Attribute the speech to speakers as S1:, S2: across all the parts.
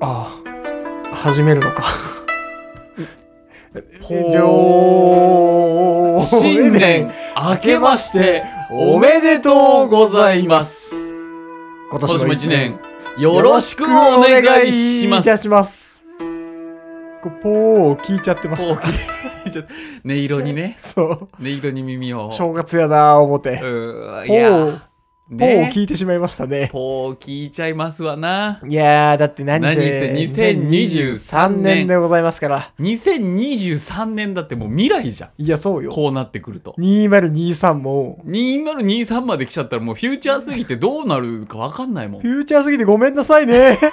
S1: ああ始めるのか
S2: ほー新年明けましておめでとうございます
S1: 今
S2: 今年も一年
S1: よ
S2: よろしくお願いしま
S1: いたし
S2: す
S1: ますこうポーを聞いちゃってま
S2: ほ
S1: し
S2: う
S1: た
S2: ちょっと 音色にね
S1: そう
S2: 音色に耳を
S1: 正月やなぁ思っ
S2: う
S1: て
S2: ーい
S1: ポー
S2: や
S1: をポーを
S2: ね
S1: 聞いてしまいましたね
S2: ポー聞いちゃいますわない
S1: やーだって何
S2: 何せ2023
S1: 2023年でございますから
S2: 2023年だってもう未来じゃん
S1: いやそうよ
S2: こうなってくると
S1: 2023も
S2: 2023まで来ちゃったらもうフューチャーすぎてどうなるか分かんないもん
S1: フューチャーすぎてごめんなさい ね
S2: だ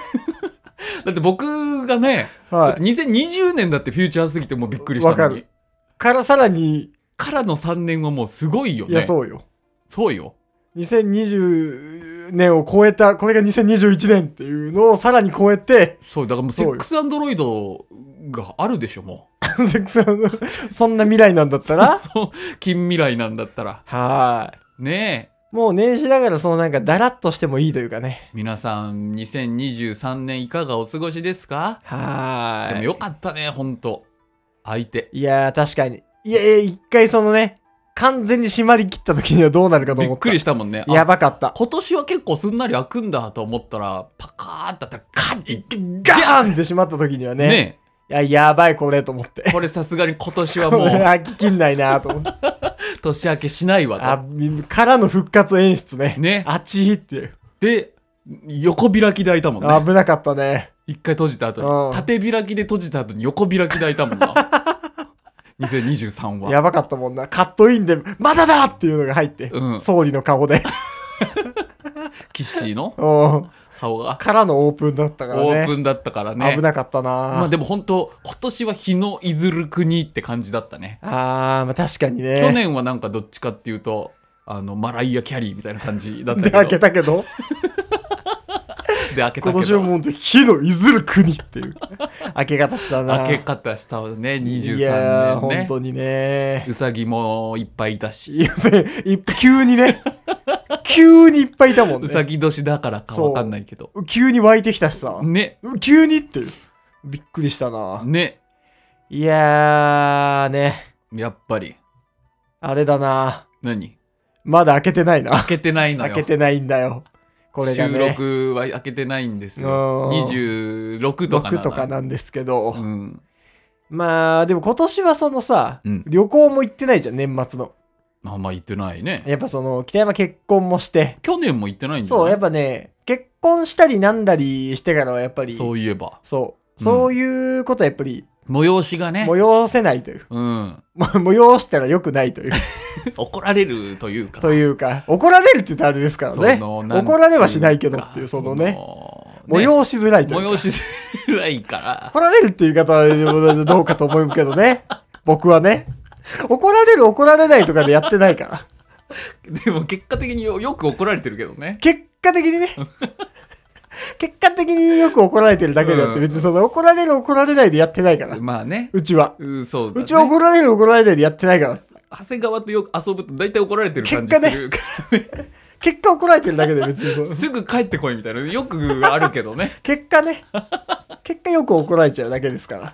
S2: って僕がねだっ
S1: は
S2: て2020年だってフューチャーすぎてもうびっくりしたの
S1: わか
S2: に
S1: る。いからさらに
S2: からの3年はもうすごいよね。
S1: いや
S2: う。
S1: そうよ
S2: そうよ。
S1: 2020年を超えた、これが2021年っていうのをさらに超えて、
S2: そう、だからもうセ
S1: そうよ
S2: ックスアンドロイドがあるでしょ、も
S1: セックスあのそんな未来なんだった
S2: う。
S1: ら
S2: そう、近未来なんだったら。
S1: はーい。
S2: ねえ。
S1: もう年始だから、そのなんか、だらっとしてもいいというかね。
S2: 皆さん、2023年いかがお過ごしですか、
S1: はーい。
S2: でもよかったね、ほんと。相手。
S1: いやー、確かに。いやいや、一回そのね、完全に締まりきった時にはどうなるかと
S2: び
S1: 思
S2: っ
S1: った。
S2: くりしたもんね。あ
S1: やばかった。
S2: 今年は結構すんなり開くんだと思ったら、パカーってあったら、カッて
S1: ガーンってしまった時にはね、
S2: ね
S1: いや、やばいこれと思って
S2: え。。これさすがに今年 は
S1: こ
S2: も
S1: れ
S2: う、
S1: は聞きんないなと思って。
S2: 年明けしないわと。
S1: あ、からの復活演出ね。
S2: ね
S1: あっちーっていう。
S2: で横開きで開いたもんね
S1: 危なかったね。
S2: 一回閉じた後
S1: うん
S2: に縦開きで閉じた後に横開きで開いたも んな2023は
S1: やばかったもんな。カットインで、まだだっていうのが入って、
S2: うん
S1: 総理の顔 で。
S2: キッシーの
S1: うん
S2: 顔が
S1: からのオープンだったからね。
S2: オープンだったからね
S1: 危なかったな、
S2: ま
S1: あ
S2: あでも本当今年は日のいずる国って感じだったね
S1: ーまあ確かにね。
S2: 去年はなんかどっちかっていうとあのマライア・キャリーみたいな感じだったけ
S1: で
S2: ど
S1: 開けたけど、
S2: で開けた
S1: 今
S2: け
S1: 年は
S2: ど
S1: もう火のいずる国って いう開け方したな。
S2: 開け方したわ
S1: い
S2: ね
S1: やー
S2: 23
S1: 本
S2: 年ね
S1: 当に ね。
S2: うさぎもいっぱいいたし
S1: いやいっ急にね、急にいっぱいいたもん
S2: う
S1: ね。
S2: さぎ年だからかわかんないけど
S1: 急に湧いてきたしさ、
S2: ね
S1: 急にっていう。びっくりしたな。
S2: ね
S1: いやーね、
S2: やっぱり
S1: あれだな。
S2: 何
S1: まだ開けてないな。
S2: 開けてないの
S1: 開
S2: よ。
S1: けてないんだよ。これがね。
S2: 収録は開けてないんですよ。
S1: うん
S2: 26とかなの。
S1: 6とかなんですけど。
S2: うん。
S1: まあ、でも今年はそのさ、
S2: うん
S1: 旅行も行ってないじゃん、年末の。
S2: まあまあ言ってないね。
S1: やっぱその、北山結婚もして。
S2: 去年も言ってないんだ
S1: そう、やっぱね、結婚したりなんだりしてからはやっぱり、
S2: そういえば。
S1: そう。
S2: うん
S1: そういうことはやっぱり、
S2: 催しがね。
S1: 催せないという。
S2: うん。
S1: まあ催したら良くないと いう。
S2: 怒られるというか。
S1: というか、怒られるって言ったらあれですからね。
S2: そのなんていうか
S1: 怒られはしないけどっていう、そのね、
S2: そのね
S1: 催しづらいというか。
S2: 催しづらいから。
S1: 怒られるっていう言い方はどうかと思うけどね。僕はね。怒られる怒られないとかでやってないから。
S2: でも結果的によよく怒られてるけどね。
S1: 結果的にね。結果的によく怒られてるだけであって、
S2: うん
S1: 別にその怒られる怒られないでやってないから。
S2: まあね。
S1: うちは。
S2: うん、そうだ、ね。
S1: うちは怒られる怒られないでやってないから。
S2: 長谷川とよく遊ぶと大体怒られてる感じするからね。
S1: 結果怒られてるだけで別にその。
S2: すぐ帰ってこいみたいな。よくある けどね。
S1: 結果ね。結果よく怒られちゃうだけですから。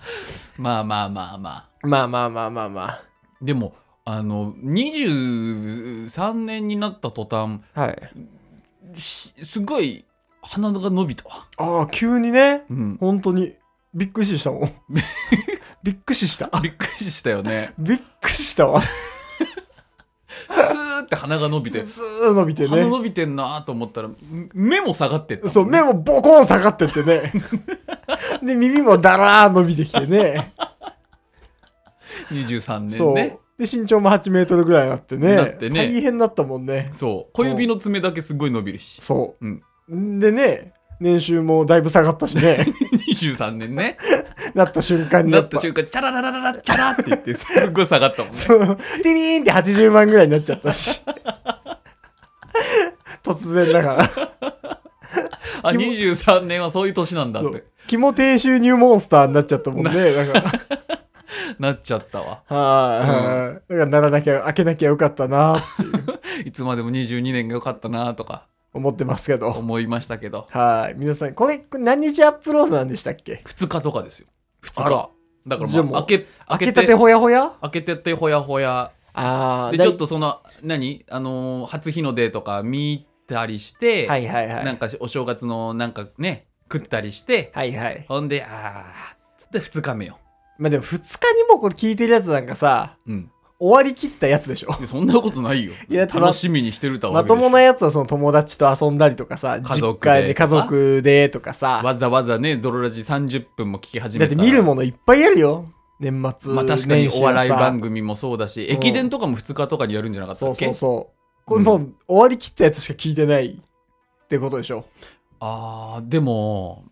S2: まあまあまあまあ。
S1: まあまあまあまあま
S2: でもあの23年になった途端
S1: あ。はい。
S2: しすごい鼻が伸びたわ、
S1: ああ、急にね。
S2: うん、
S1: 本当に。びっくりしたもん。びっくりした。
S2: びっくりしたよね
S1: びっくりしたわ。
S2: スーって鼻が伸びて
S1: ずー伸びて
S2: 鼻
S1: ね。
S2: 伸びてんなと思ったらん目も下がってったもんね
S1: そう、目もボコン下がってって ね。で、耳もだらー伸びてきてね。
S2: 23
S1: そう。
S2: 年ね
S1: で、身長も8メートルぐらいになってね。
S2: なってね
S1: 大変だったもんね
S2: そう。小指の爪だけすごい伸びるし
S1: そ
S2: うん
S1: う。でね、年収もだいぶ下がったし ね。
S2: 23年ね
S1: なった瞬間にや
S2: な
S1: っ
S2: った
S1: ぱ。
S2: 瞬間チャラララララチャラって言ってすっごい下がったもんね
S1: そう。ディリーンって80万ぐらいになっちゃったし。突然だから。
S2: あ23年はそういう年なんだ
S1: そ
S2: って
S1: う肝低収入モンスターになっちゃったもんね。だから。
S2: なっちゃったわ
S1: はいはい。だからならなきゃ、開けなきゃよかったなーっていう。
S2: いつまでも22年が良かったなとか
S1: 思ってますけど。
S2: 思いましたけど。
S1: はい。皆さん、これ、何日アップロードなんでしたっけ
S2: 2日とかですよ。2
S1: あら
S2: 日。だか
S1: じゃあ
S2: ら
S1: も
S2: も
S1: う
S2: う、開け、
S1: 開
S2: 開
S1: け
S2: け
S1: たて
S2: て、
S1: ほやほや
S2: 開けててほやほや。
S1: ああ。
S2: で、
S1: だ
S2: ちょっ。とその、何あのー、初日の出とか見たりして、
S1: はいはいはい。
S2: なんかしお正月のなんかね、食ったりして、
S1: はいはい。
S2: ほんで、あー、つって2日目よ。
S1: まあでも、2日にもこれ聞いてるやつなんかさ、
S2: うん。
S1: 終わりきったやつでしょ。
S2: でそんなことないよ。
S1: いやただ
S2: 楽しみにしてるたわ
S1: ま
S2: けで
S1: と
S2: しょ
S1: もなやつはその友達と遊んだりとかさ、
S2: 家族
S1: 実家で
S2: で
S1: 家族でとかさ、
S2: わざわざね、ドロラジ30分も聞き始
S1: だ
S2: め
S1: って
S2: た
S1: 見るものいっぱいあるよ。年末年始
S2: まあ確かにお笑い番
S1: 組。
S2: 組もそうだ
S1: ん
S2: し、駅伝とかも2日とかにやるんじゃなかった
S1: そう
S2: っけ
S1: そうそう。これもう終わりきったやつしか聞いてないってことでしょ。
S2: あー、でも、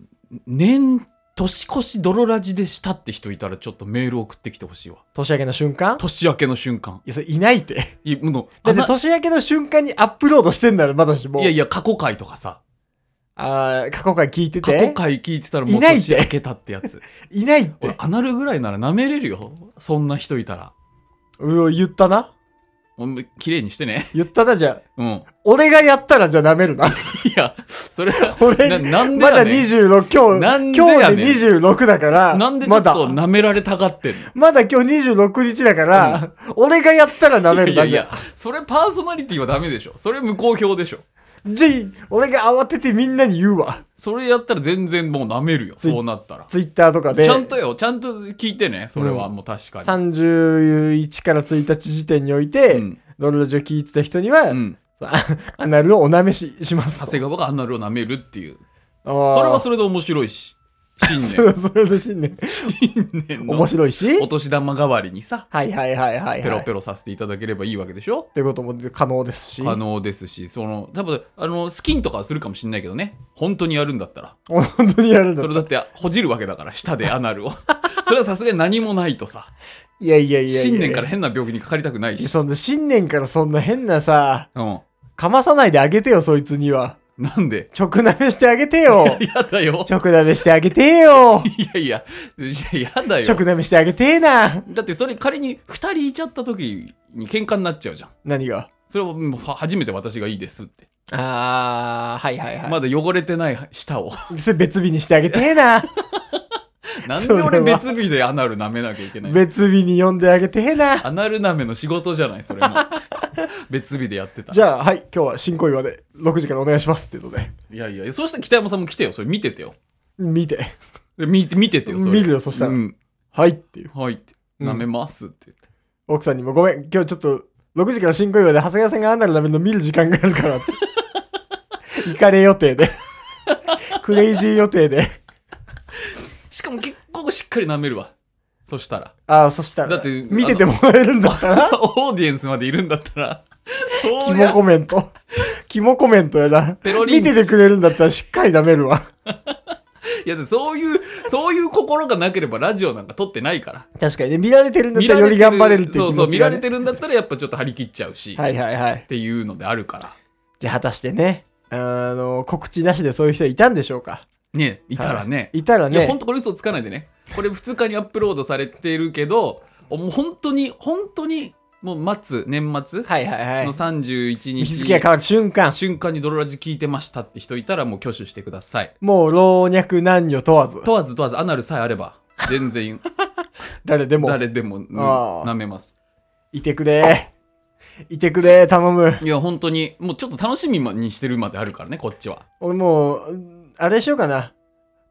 S2: 年、年越しドロラジでしたって人いたらちょっとメール送ってきてほしいわ。
S1: 年明けの瞬間
S2: 年明けの瞬間。
S1: いや、それいないって。
S2: いや、もう
S1: だ
S2: あ
S1: って
S2: な
S1: 年明けの瞬間にアップロードしてんならまだしも。
S2: いやいや、過去回とかさ、
S1: あー過去回聞いて
S2: 過
S1: て。
S2: 去回聞いてたらも
S1: いうないって
S2: 年明けたってやつ。
S1: いないって
S2: 俺、。アナルぐらいなら舐めれるよ。そんな人いたら。
S1: うお、言ったな。
S2: お前綺麗にしてね。
S1: 言ったな、じゃあ。
S2: うん。
S1: 俺がやったらじゃあ舐めるな。
S2: いや、それは、
S1: 俺、
S2: ななんで
S1: ま
S2: や
S1: だ
S2: ねん
S1: 26、
S2: な
S1: 今
S2: ん
S1: 日、
S2: でや
S1: 今
S2: ね
S1: 日
S2: ん
S1: で26だから、
S2: なんでちょ
S1: ま
S2: っ
S1: だ、
S2: と舐められたがってんの
S1: まだ今日26日だから、俺がやったら舐める
S2: いや
S1: な、
S2: い
S1: じゃ
S2: や
S1: あ。、
S2: それパーソナリティはダメでしょ。それ無効票でしょ。
S1: じゃあ、俺が慌ててみんなに言うわ。
S2: それやったら全然もう舐めるよ。
S1: つい
S2: そうなったら。
S1: ツイッターとかで。
S2: ちゃんとよ、ちゃんと聞いてね。それは
S1: う
S2: もう確かに。
S1: 31から1日時点において、
S2: うん
S1: ドロラジオ聞いてた人には、
S2: うん。
S1: あアナルをお舐めししますと。
S2: 長谷川がアナルを舐めるっていう。
S1: それ
S2: それは
S1: は
S2: それで面白いし。新
S1: それ
S2: 年。
S1: は それで新年。
S2: 新年の
S1: 面白いし。
S2: お年玉代わりにさ、
S1: はいはいはいはい、はい。
S2: ペロペロさせていただければいいわけでしょ。
S1: ってことも可能ですし。
S2: 可能ですし、その、多分あの、スキンとかはするかもしんないけどね。本当にやるんだったら。
S1: 本当にやるんだ
S2: そ。れだって、ほじるわけだから、舌でア ナルを。それはさすがに何もないとさ。
S1: いやいやいやいや。
S2: 新年から変な病気にかかりたくない
S1: いや
S2: し。
S1: そんな新年からそんな変なさ、
S2: うん。
S1: かまさないであげてよ、そいつには。
S2: なんで
S1: 直舐めしてあげてよ。
S2: やだよ。
S1: 直舐めしてあげてよ。
S2: いやいや、いややだよ
S1: 直。舐めしてあげてえな。
S2: だってそれ仮に2人いちゃった時に喧嘩になっちゃうじゃん。
S1: 何が
S2: それはもうは初めて私がいいですって。
S1: あー、はいはいはい。
S2: まだ汚れてない 舌を。
S1: それ別日にしてあげてえな。
S2: なん
S1: そ
S2: で
S1: れは
S2: 俺別日でアナル舐めなきゃいけないの
S1: 別日に呼んであげてえな。
S2: アナル舐めの仕事じゃない、それも。 別日でやってた。
S1: じゃあ、はい、今日は新小岩で6時からお願いしますってことで。
S2: いやいや、そうしたら北山さんも来てよ。それ見ててよ。
S1: 見て。
S2: 見て見ててよ、それ。
S1: 見るよそしたら
S2: うん。
S1: はいっていう。
S2: はいって。
S1: うん
S2: 舐めますって言って。
S1: 奥さんにもごめん、今日ちょっと6時から新小岩で長谷川さんがアンナルダメの見る時間があるからって。 行かれ予定で。 クレイジー予定で。
S2: しかも結構しっかり舐めるわ。そしたら。
S1: ああ、そしたら。
S2: だって
S1: 見ててもらえるんだったら。
S2: オーディエンスまでいるんだったら、そ
S1: キ
S2: り
S1: モ
S2: ゃ
S1: コメント。キモコメントやな。
S2: ペロリ
S1: 見
S2: ン
S1: ててくれるんだったらしっかり舐めるわ。
S2: いやでそういう、そういう心がなければラジオなんか撮ってないから。
S1: 確かにね、見られてるんだったらより頑張れるっていう気
S2: そう
S1: 持ち
S2: そ
S1: が、ね。
S2: う、見られてるんだったらやっぱちょっと張り切っちゃうし、
S1: はいはいはい
S2: っ。ていうのであるから。
S1: じゃあ果たしてね、あの、告知なしでそういう人いたんでしょうか。
S2: ね、いたらね。
S1: いたら
S2: いや、ほ
S1: ね
S2: ん、とこれ嘘つかないでね。これ2日にアップロードされてるけど、もう本当に、本当に、もう末、年末の
S1: はいはいはい。
S2: 31
S1: 日付が変
S2: 日、
S1: わる瞬間、
S2: 瞬間にドロラジ聞いてましたって人いたらもう挙手してください。
S1: もう老若男女問わず、
S2: 問わず問わず、アナルさえあれば、全然
S1: 誰でも
S2: 誰でも、うん
S1: あー
S2: 舐めます。
S1: いてくれ。いてくれ、頼む。
S2: いや、本当に、もうちょっと楽しみにしてるまであるからね、こっちは。
S1: 俺もう、うんあれしようかな。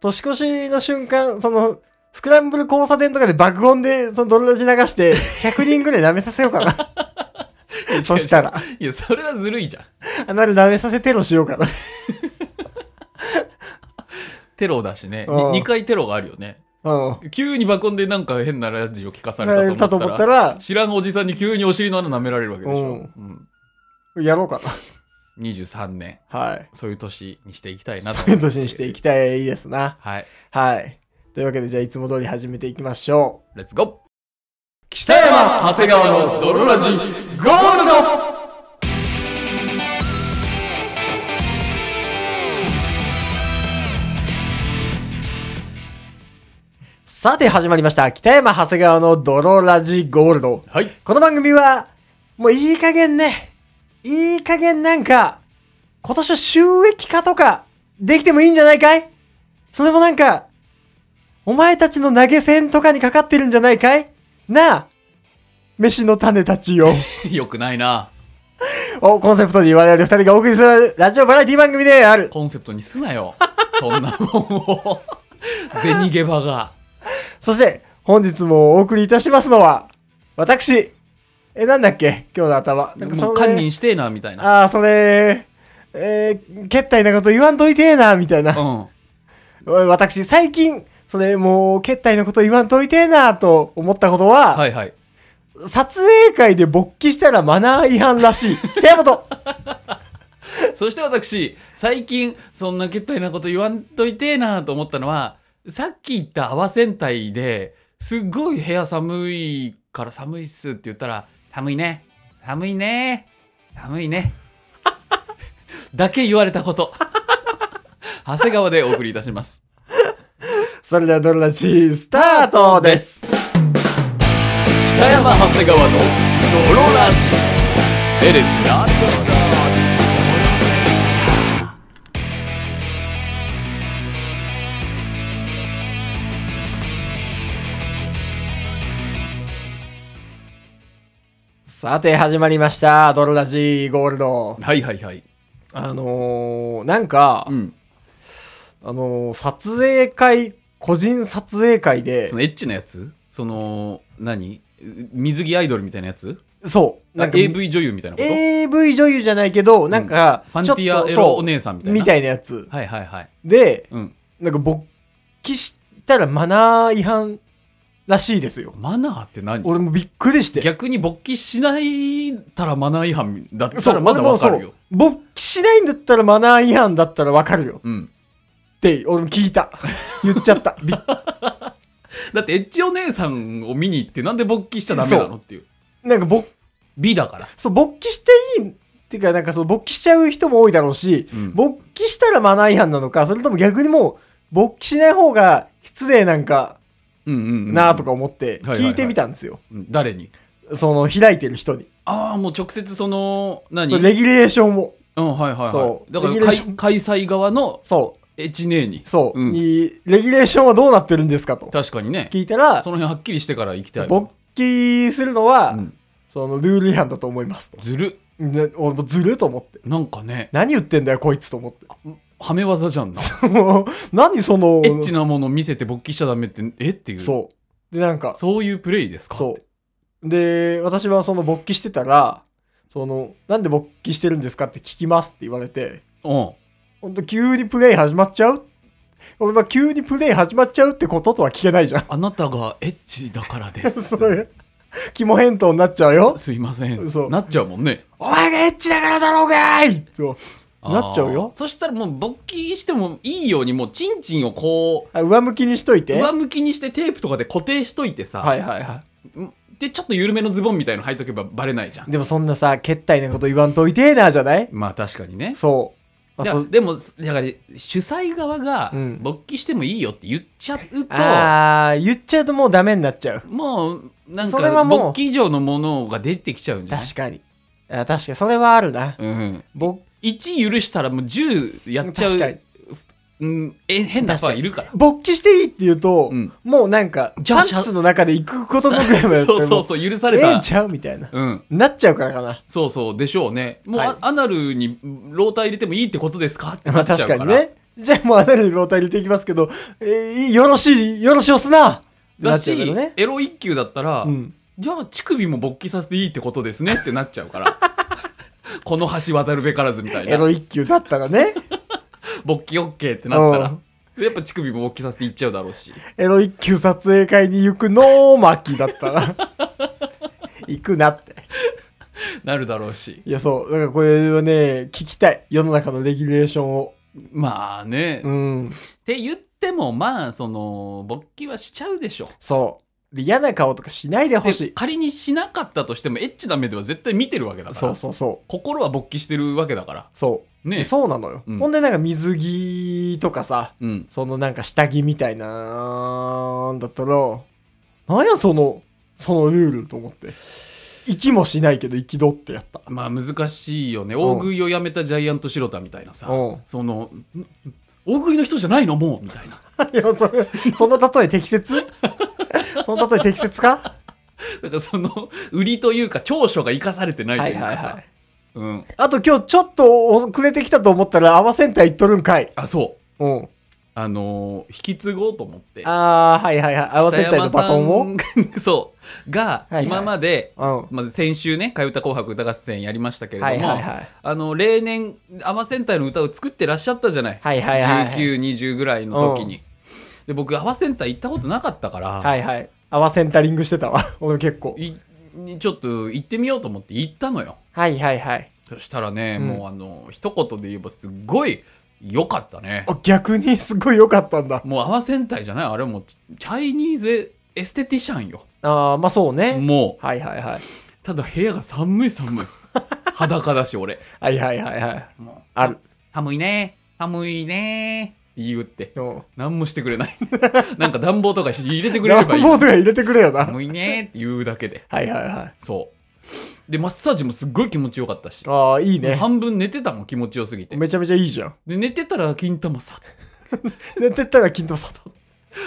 S1: 年越しの瞬間、その、スクランブル交差点とかで爆音で、そのドロラジ流して、100人ぐらい舐めさせようかな。 そしたら、
S2: いや、それはずるいじゃん。
S1: あなる舐めさせテロしようかな。
S2: テロだしね。
S1: うん
S2: 2回テロがあるよね。
S1: うん。
S2: 急に爆音でなんか変なラジオ聞かされ
S1: や
S2: た
S1: た
S2: と
S1: と
S2: 思
S1: 思
S2: っ
S1: ったた
S2: ら、
S1: ら、
S2: 知らんおじさんに急にお尻の穴舐められるわけでしょ。
S1: う
S2: うん
S1: やろうか
S2: 23年、
S1: な。 はい。
S2: そういう年にしていきたいなと。
S1: そういう 年にしていきたいですな。
S2: はい。
S1: はい。というわけで、じゃあいつも通り始めていきましょ
S2: レッツゴー北山長谷川の泥ラジ、ゴールド
S1: う。さて始まりました。北山長谷川の泥ラジゴールド。
S2: はい。
S1: この番組は、もういい加減ね、いい加減なんか、今年は収益化とか、できてもいいんじゃないかいそれもなんか、お前たちの投げ銭とかにかかってるんじゃないかいなあ、飯の種たち よ。
S2: よくないな。
S1: をコンセプトに我々二人がお送りするラジオバラエティ番組である。
S2: コンセプトにすなよ。 そんなもんを。銭ゲバが。
S1: そして、本日もお送りいたしますのは、私、え、なんだっけ今日の頭。なんか
S2: もう
S1: それ
S2: 堪忍してえな、みたいな。
S1: ああ、それ、えー、けったいなこと言わんといてえな、みたいな
S2: う。ん。
S1: 私、最近、それもう、けったいなこと言わんといてえな、と思ったことは、
S2: はいはい。
S1: 撮影会で勃起したらマナー違反ら しい。北山と、
S2: そして私、最近、そんなけったいなこと言わんといてえなと思ったのは、さっき言った泡洗隊で、すっごい部屋寒いから寒いっすって言ったら、寒いね、寒いね、寒いね。 だけ言われたこと。長谷川でお送りいたします。
S1: それではドロラジー、スタートです。
S2: 北山長谷川の泥ラジ。エレスな
S1: さて、始まりました。ドロラジーゴールド。
S2: はいはいはい。
S1: あのー、なんか
S2: う、ん。
S1: あのー、撮影会、個人撮影会で
S2: そ、のエッチなやつその、何水着アイドルみたいなやつ
S1: そう、
S2: なんか AV 女優みたいなこと、
S1: AV 女優じゃないけど、なんか、
S2: ファンティア
S1: ちょ
S2: エ
S1: っと
S2: ロ
S1: そう
S2: お姉さんみたいな。
S1: みたいなやつ。
S2: はいはいはい。
S1: で、
S2: うん。
S1: なんか勃起したらマナー違反らしいですよ。
S2: マナーって何
S1: 俺もびっくりして。
S2: 逆に勃起しないたらマナー違反だった
S1: そう
S2: らまだ
S1: 俺も
S2: わかるよ。
S1: そう勃起しないんだったらマナー違反だったらわかるよ。
S2: うん。
S1: って、俺も聞い た。言っちゃった。びっ
S2: だってエッチお姉さんを見に行ってなんで勃起しちゃダメなのっていう。
S1: なんか勃、
S2: 美だから。
S1: そう、勃起していいっていうか、なんかその勃起しちゃう人も多いだろうし、
S2: うん
S1: 勃起したらマナー違反なのか、それとも逆にもう、勃起しない方が失礼なんか
S2: うんうん、うん。
S1: なとか。思って、
S2: はいはいはい
S1: 聞いてみたんですよ。
S2: 誰に
S1: その、開いてる人に。
S2: ああ、もう直接その、何
S1: そう、レギュレーションを。
S2: うん、はいはいはい。
S1: そう
S2: だか
S1: レギュ
S2: ら
S1: レー
S2: か
S1: ション
S2: い開催側の
S1: そ
S2: エッチ姉に
S1: う、。そう、
S2: うん
S1: に、レギュレーションはどうなってるんですかと
S2: 確かにね。
S1: 聞いたら、
S2: その辺はっきりしてから行きたいわ。
S1: 勃起するのは、
S2: うん
S1: その、ルール違反だと思いますと。
S2: ずる。
S1: ね俺もずると思って。
S2: なんかね、
S1: 何言ってんだよ、こいつと思って。
S2: はめ技じゃんな。
S1: もう何その、
S2: エッチなものを見せて勃起しちゃダメって、えっていう。そう。
S1: そう。で、なんか、
S2: いうプレイですかって
S1: そう。で、私はその勃起してたら、その、なんで勃起してるんですかって聞きますって言われて、
S2: うん。
S1: ほんと急にプレイ始まっちゃう俺は急にプレイ始まっちゃうってこととは聞けないじゃん。
S2: あなたがエッチだからで す。
S1: それ、肝返答になっちゃうよ。
S2: すいません。
S1: そう
S2: なっちゃうもんね。
S1: お前がエッチだからだろうがいと なっちゃうよ
S2: あーそしたらもう勃起してもいいように、もうチンチンをこ、
S1: あ上向きにしというて。
S2: 上
S1: は
S2: 向きにしてテープとかで固定しといてさ、
S1: いはいは
S2: で、ちょっと緩めのズボンみたいの履いとけばバレないじゃん
S1: い。。でもそんなさ、けったいなこと言わんといてえな、じゃない
S2: まあ確かにね。
S1: そう。
S2: いや
S1: あそう
S2: でも、だから主催側が
S1: うん
S2: 勃起してもいいよって言っちゃうと、
S1: あー、言っちゃうともうダメになっちゃう。
S2: もう、なん
S1: それは
S2: か、
S1: もう
S2: 勃起以上のものが出てきちゃうんじゃない
S1: 確かに。あ確かに、それはあるな。
S2: うん。
S1: 勃
S2: 1許したらもう10やっちゃ
S1: 確かに
S2: う、うん、え変な人はいるから。
S1: 勃起していいって言うと、
S2: うん
S1: もうなんか、
S2: じゃ
S1: パ
S2: あ
S1: ンツの中で行くことのぐらいまでやって
S2: そうそう
S1: う。
S2: そう、許さ
S1: え
S2: れ
S1: え
S2: た
S1: ん。ちゃうみたいな。
S2: うん。
S1: なっちゃうからかな。
S2: そうそう、でしょうね。もう、
S1: はい
S2: あアナルにローター入れてもいいってことですかっ て
S1: ま
S2: な
S1: あ
S2: っちゃ
S1: 確
S2: うか。
S1: からにね。じゃあもうアナルにローター入れていきますけど、えーいいよろしい、よろしおすなってな
S2: だ
S1: っちゃうけ
S2: し、
S1: どね。
S2: エロ一級だったら、
S1: うん。
S2: じゃあ乳首も勃起させていいってことですねってなっちゃうから。 この橋渡るべからずみたい
S1: エ
S2: な。
S1: ロ一級だったらね。
S2: 勃起 OK ってなった
S1: う
S2: ら。やっぱ乳首も勃起させていっちゃうだろうし。
S1: エロ一級撮影会に行くの巻きだったら。 行くなって。
S2: なるだろうし。
S1: いや、そう。だからこれはね、聞きたい。世の中のレギュレーションを。
S2: まあね。
S1: う
S2: っ
S1: ん。
S2: て言っても、まあ、その、勃起はしちゃうでしょ。
S1: そう。で、嫌な顔とかしないでほし
S2: で
S1: い。
S2: 仮にしなかったとしてもエッチな目では絶対見てるわけだから
S1: そうそうそう。
S2: 心は勃起してるわけだから
S1: そう。
S2: ね
S1: そうなのよ。
S2: うん
S1: ほんでなんか水着とかさ、
S2: うん
S1: そのなんか下着みたいなんだったら、なんやその、そのルールと思って。息もしないけど、生きどってやった。
S2: まあ難しいよね大食いをやめたジャイアント白田みたいなさ
S1: うん
S2: そのんん大食いの人じゃないのもうみた いな
S1: いや、それ、その例え適切 その例え適切か
S2: だからその売りというか長所が生かされてないというかさ、。うん、
S1: あと今日ちょっと遅れてきたと思ったら、アワセンター行っとるんかい。
S2: あそう
S1: うん。
S2: あのー引き継ごうと思って
S1: ああ、はいはいはい。アワ
S2: 北
S1: センターの
S2: 山さ
S1: バ
S2: ん
S1: トンを
S2: そうが
S1: はいはい
S2: 今まで、
S1: うん。
S2: まず先週ね「替え歌紅白歌合戦」やりましたけれども、
S1: はいはいはい
S2: あの例年アマセンタイの歌を作ってらっしゃったじゃない,、
S1: はいはいはいはい
S2: 1920ぐらいの時に、で僕アマセンタイ行ったことなかったから、
S1: はいはい。アワセンタリングしてたわ。 俺結構。
S2: いちょっと行ってみようと思って行ったのよ
S1: はいはいはい。
S2: そしたらね、
S1: うん
S2: もうあの一言で言えばすごい良かったね
S1: あ逆にすごい良かったんだ。
S2: もうアマセンタイじゃないあれもうチチャイニーズエエステティシャンよ
S1: ああ、まあそうね。
S2: もう
S1: はいはいはい。
S2: ただ部屋が寒い寒 い裸だし俺
S1: はいはいはいはい。
S2: もう
S1: ある。
S2: 寒いね寒いねって言うって
S1: うん。
S2: 何もしてくれ ないなんか暖房とか入れてくれ
S1: ラ
S2: れば
S1: ン
S2: いい
S1: ボードが入れてくれよな。はい
S2: 寒いねって言うだけで
S1: はいはい。
S2: そうでマッサージもすっごい気持ちよかったし、
S1: ああ、いいね。
S2: 半分寝てたもん気持ちよすぎて
S1: めちゃめちゃいいじゃん。
S2: で寝てたら金玉 さ
S1: 寝てったら金とさと。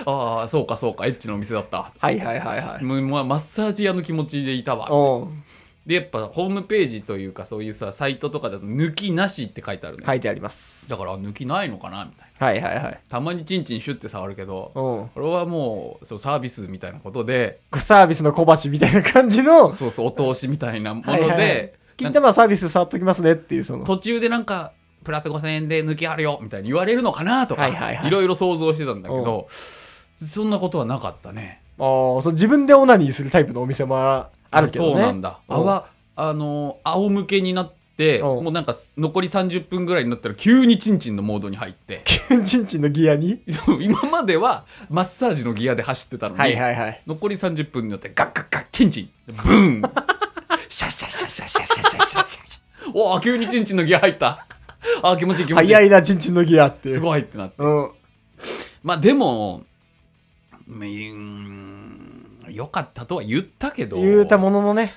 S2: ああそうかそうかエッチなお店だった
S1: はいはいはいはい。
S2: もうまあマッサージ屋の気持ちでいたわ
S1: うん。
S2: でやっぱホームページというかそういうさサイトとかだと「抜きなし」って書いてあるね、
S1: 書いてあります。
S2: だからあ抜きないのかなみたいな
S1: はいはいはい。
S2: たまにチンチンシュッて触るけど
S1: うん。
S2: これはもうそうサービスみたいなことで
S1: サービスの小鉢みたいな感じの、
S2: そうそうお通しみたいなもので、
S1: はいはいはい
S2: なん
S1: 金
S2: か
S1: 玉サービス触っときますねっていう、その。
S2: 途中でなんかプラット5000円で抜きあるよみたいに言われるのかなとか、
S1: はいいはいはい
S2: ろいろ想像してたんだけどそんなことはなかったね
S1: ああ、そう自分でオナニーするタイプのお店もあるけどね。
S2: そうなんだ
S1: うん
S2: 泡あの仰向けになって
S1: うん
S2: もうなんか残り30分ぐらいになったら急にチンチンのモードに入って
S1: チンチンのギアに
S2: そう今まではマッサージのギアで走ってたのに、
S1: はいはい。
S2: 残り30分になってガッガッガッチンチンブーンシャシャシャシャシャシャシャシャシャシャおー急にチンチンのギア入ったあー気持ちいい気持ちいい
S1: 早いな、チンチンのギアっていう。
S2: すごいってなって
S1: うん。
S2: まあでもうーんよかったとは言ったけど
S1: 言うたもののね。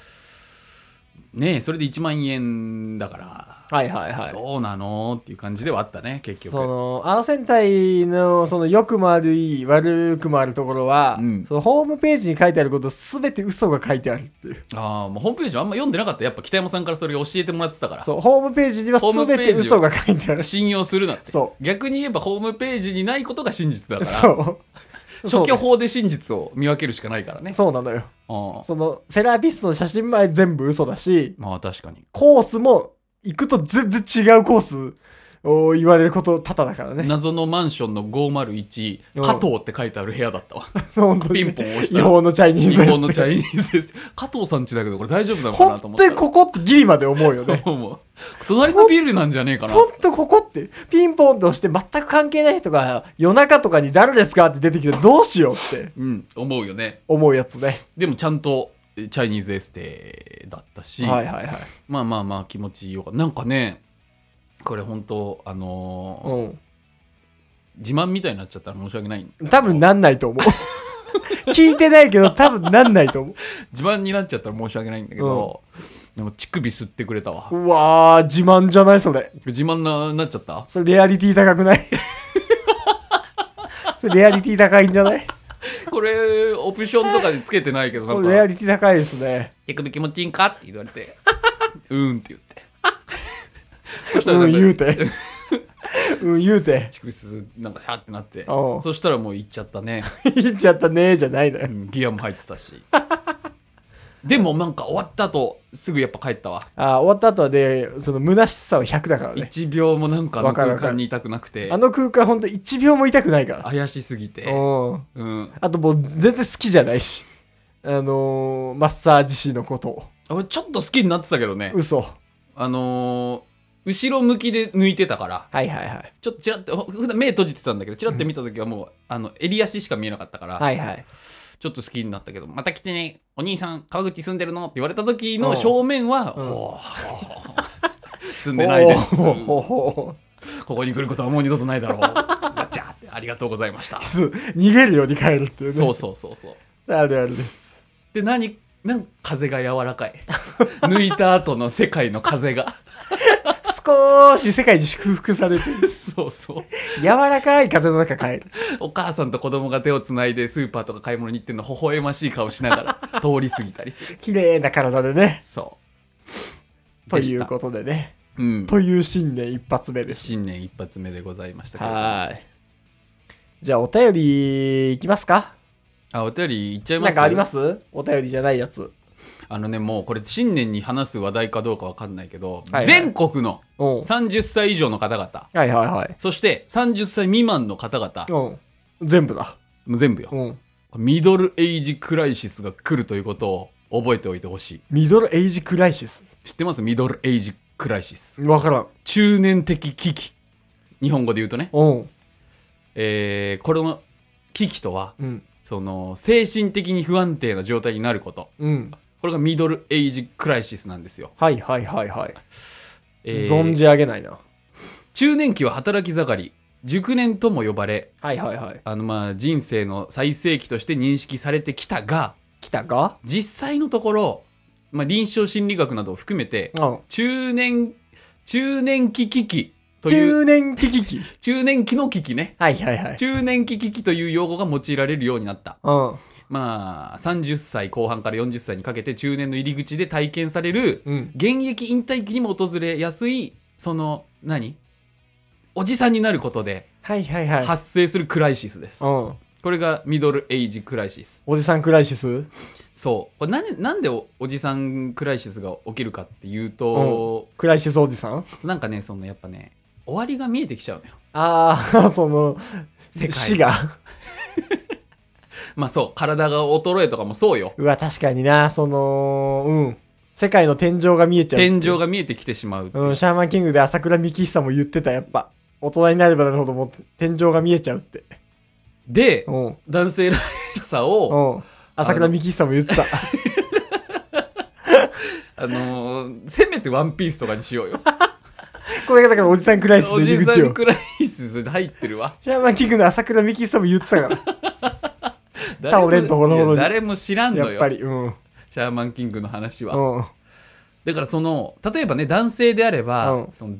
S2: ねえそれで1万円だから
S1: はいはいは。
S2: どうなのっていう感じではあったね結局
S1: その、アーセンタイの、その、良くもあるいい、悪くもあるところは、
S2: うん
S1: そのホームページに書いてあることすべて嘘が書いてあるっていう。
S2: ああもうホームページはあんま読んでなかったやっぱ北山さんからそれ教えてもらってたから
S1: そう、ホームページにはすべて嘘が書いてある。
S2: 信用するなって
S1: そ
S2: 逆に言えばホームページにないことが真実 だから
S1: そう。
S2: 消
S1: そ
S2: 去
S1: う
S2: 法で真実を見分けるしかないからね
S1: ですそうなのよ。
S2: ああ
S1: その、セラピストの写真前全部嘘だし、
S2: まあ確かに、
S1: コースも、行くと全然違うコースを言われること多々だからね。
S2: 謎のマンションの501
S1: うん
S2: 加藤って書いてある部屋だ ったわ
S1: 本当
S2: ピ
S1: に
S2: ンポン押した
S1: 違
S2: ら
S1: 法のチャイニー
S2: 日
S1: ズです
S2: 本のチャイニーズです加藤さんちだけどこれ大丈夫なのかな
S1: 本
S2: と思っ
S1: 当
S2: た
S1: にここってギリまで思うよね。
S2: もうもう隣のビルなんじゃねえかな
S1: 本当ここって、ピンポンと押して全く関係ない人が夜中とかに誰ですかって出てきてどうしようって
S2: うん思うよね
S1: 思うやつね。
S2: でもちゃんとえチャイニーズエステだったし、
S1: はいはいはい。
S2: まあまあまあ気持ちよかったなんかねこれ本当あのー
S1: う
S2: 自慢みたいになっちゃったら申し訳ない
S1: ん。多分なんないと思う。聞いてないけど多分なんないと思
S2: 自慢になっちゃったら申し訳ないんだけど、でも乳首吸ってくれたわ
S1: う。うわー、自慢じゃないそれ。
S2: 自慢ななっちゃった
S1: それレアリティ高く ないそれレアリティ高いんじゃない
S2: これオプションとかでつけてないけどな
S1: こ
S2: ん
S1: れレア
S2: か
S1: リティ高いですね。
S2: 「手首気持ちいいんか?」って言われて 「うーん」って言って そしたら
S1: う
S2: なん
S1: ん、
S2: か
S1: 言うて。うん、言うて。
S2: 乳首吸うなんかシャーってなって
S1: おう
S2: そしたらもう行っちゃったね、
S1: 言っちゃったねーじゃないの
S2: う
S1: よ。
S2: ん、ギアも入ってたし でもなんか終わった後すぐやっぱ帰ったわ
S1: あー終わった後はね、その虚しさは100だからね。
S2: 1秒もなんかあの
S1: わかる
S2: 空
S1: わかる
S2: 間にいたくなくて
S1: あの空間ほんと1秒も痛くないから。
S2: 怪しすぎて
S1: うん。
S2: うん
S1: あともう全然好きじゃないし。あのー、マッサージ師のことを。
S2: 俺ちょっと好きになってたけどね
S1: 嘘。
S2: あのー後ろ向きで抜いてたから
S1: はいはいはい。
S2: ちょっとちらってほ普段目閉じてたんだけどちらって見た時はもう、あの襟足しか見えなかったから、
S1: はいはい。
S2: ちょっと好きになったけどまた来てねお兄さん川口住んでるのって言われた時の正面は、
S1: うん
S2: ほうほう住んでないです
S1: おーほうほうほう
S2: ここに来ることはもう二度とないだろうガチャってありがとうございました
S1: そう逃げるように帰るっていうね。
S2: そうそうそうそう
S1: あるあるです。
S2: で何なんか風が柔らかい 抜いた後の世界の 風が
S1: 少し世界に祝福され て、
S2: そうそう
S1: 柔らかい風の中帰る。
S2: お母さんと子供が手をつないでスーパーとか買い物に行ってんの微笑ましい顔しなが ら通り過ぎたりする
S1: 綺麗な体でね。
S2: そう
S1: と
S2: でし
S1: い
S2: た
S1: うことでね。
S2: うん
S1: という新年一発目です。
S2: 新年一発目でございましたけれど
S1: はーい。じゃあお便りいきますか
S2: あお便りいっちゃいます
S1: なんかありますお便りじゃないやつ。
S2: あのねもうこれ新年に話す話題かどうかわかんないけど、
S1: はいはい
S2: 全国の
S1: うん。はい
S2: 30歳以上の方々
S1: はいはい。
S2: そして30歳未満の方々
S1: うん。全部だ。
S2: もう全部よ
S1: うん。
S2: ミドルエイジクライシスが来るということを覚えておいてほしい
S1: ミドルエイジクライシス。
S2: 知ってますミドルエイジクライシス
S1: わからん。
S2: 中年的危機日本語で言うとね、
S1: うん。
S2: えーこれの危機とは
S1: うん。
S2: その精神的に不安定な状態になること
S1: うん。
S2: これがミドルエイジクライシスなんですよ、
S1: はいはいはいはい。
S2: えー
S1: 存じ上げないな。
S2: 中年期は働き盛り熟年とも呼ばれ
S1: はいはいはい。
S2: あのまあ人生の最盛期として認識されてきたが
S1: 来たか
S2: 実際のところ、まあ、臨床心理学などを含めて
S1: うん。
S2: 中年中年期危機という
S1: 中年危機期。
S2: 中年期の危機ね
S1: はいはいはい。
S2: 中年期危機という用語が用いられるようになった
S1: うん。
S2: まあ30歳後半から40歳にかけて中年の入り口で体験される
S1: うん。
S2: 現役引退期にも訪れやすいその何おじさんになることで
S1: はいはいはい。
S2: 発生するクライシスです、
S1: うん。
S2: これがミドルエイジクライシス
S1: おじさんクライシス
S2: そうこれなんでなんでおおじさんクライシスが起きるかっていうと、
S1: クライシスおじさん
S2: なんかねそのやっぱね終わりが見えてきちゃうのよ
S1: ああ、その、
S2: 世界
S1: 死が。
S2: まあそう体が衰えとかもそうよ
S1: うわ、確かにな、その、うん。世界の天井が見えちゃう。
S2: 天井が見えてきてしまうっていう
S1: うん、シャーマンキングで朝倉幹久も言ってた、やっぱ。大人になればなるほどもう天井が見えちゃうって。
S2: で
S1: うん。うん。
S2: 男性らしさを
S1: 朝倉幹久も言ってた。
S2: あのーせめてワンピースとかにしようよ
S1: これがだからおじさんクライシス
S2: お
S1: の入
S2: じ
S1: り
S2: さ
S1: 口
S2: ん
S1: よ。
S2: クライシス入って るわ
S1: シャーマンキングの朝倉幹久も言ってたから。
S2: 誰も
S1: 倒れんとほろほろに
S2: いや誰も知らんの
S1: やっぱ
S2: よ
S1: り、うん。うん。
S2: シャーマンキングの話は
S1: は
S2: だからその例えばね男性であれば、
S1: うん
S2: その